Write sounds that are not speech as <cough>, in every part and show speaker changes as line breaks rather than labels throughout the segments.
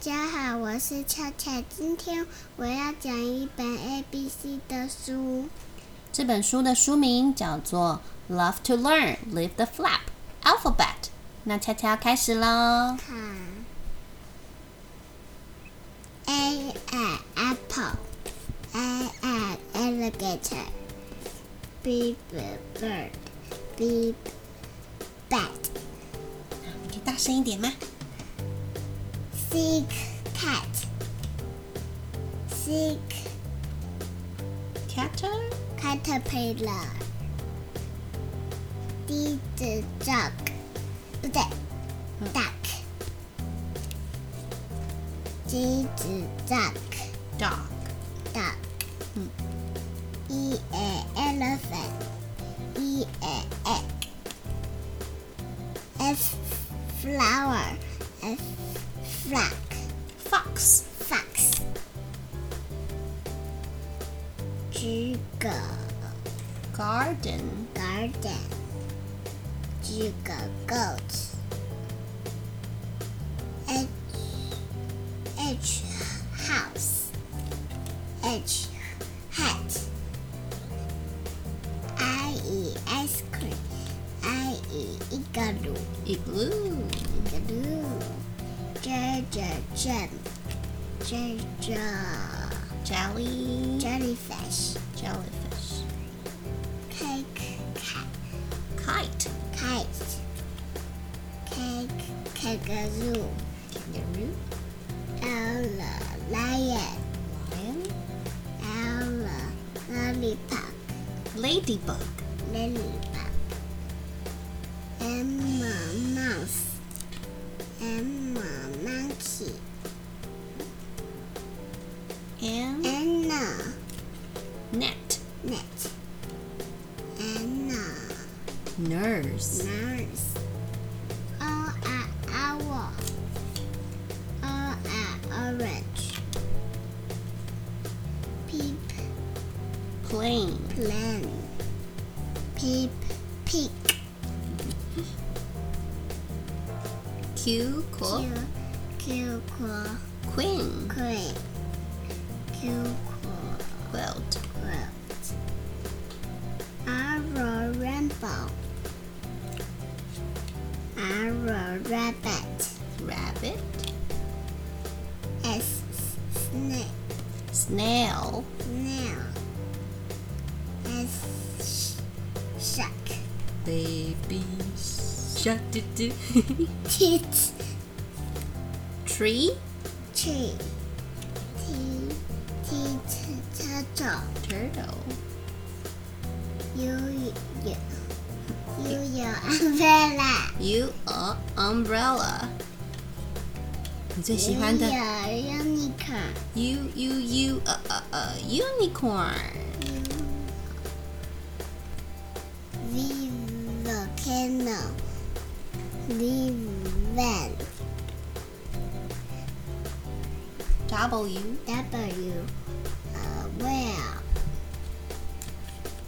家好，我是恰恰。今天我要讲一本 A B C 的书。
这本书的书名叫做《Love to Learn: Live the Flap Alphabet》。那恰恰要开始喽。
好，A at apple, A at alligator, B bird, B bat,
你可以大声一点吗
C cat, C
？Cater
caterpillar, D 是 duck，不对，duck。G 是 duck，duck。
dog。嗯
E a elephant，E a egg。F flower，F flag。
Fox
fox，g 个
garden
garden，g 个 goat，h h house，h hat，i e ice cream，i e igloo。
igloo
J J Jam J J
jelly
Jellyfish
jellyfish
Cake Cat
kite
Kite Cake Kangaroo
kangaroo
Ella Lion
lion
Ella Lollipop
ladybug
Lollipop Emma Mouse Emma Monkey
and
Anna
net
Net Anna
nurse
Nice. Oh, an owl. Oh, an orange. Peep
plane
plan. Peep peak.
q
Q
q
Q qu-
queen
queen. Q qu-
quilt
quilt. Arrow rainbow. Arrow rabbit.
rabbit
S snake.
snail
Now, as shark,
baby shark doo <laughs> doo
teeth,
tree
tree, teeth, teeth, turtle,
turtle
you, you, you, your umbrella,
u a umbrella 你最喜欢的
you, your unicorn,
u u u 呃呃呃 unicorn
you, the volcano, the van,
w
W, uh, well,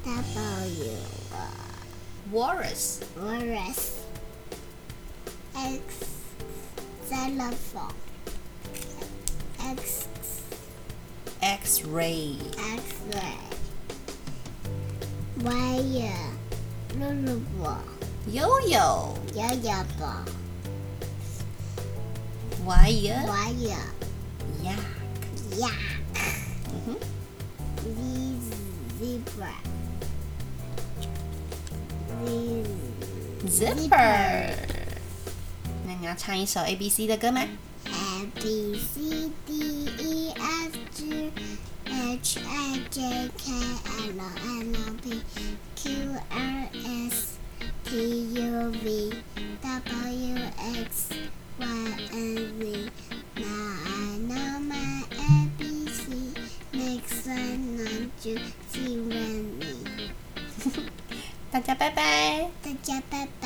W, uh,
walrus
Walrus. X xylophone. X
x ray
X-ray. Wire. Lulu ball.
yo-yo
Yo-yo ball.
wire
Wire.
yak
Yak.
mm -hmm.
The zebra. The
zipper 那你要唱一首 A B C 的歌吗
A B C D E F G H I J K L N O P Q R S T U V W X Y and Z. Now I know my ABC. Next one, on you see when me.
大家拜拜
大家拜拜。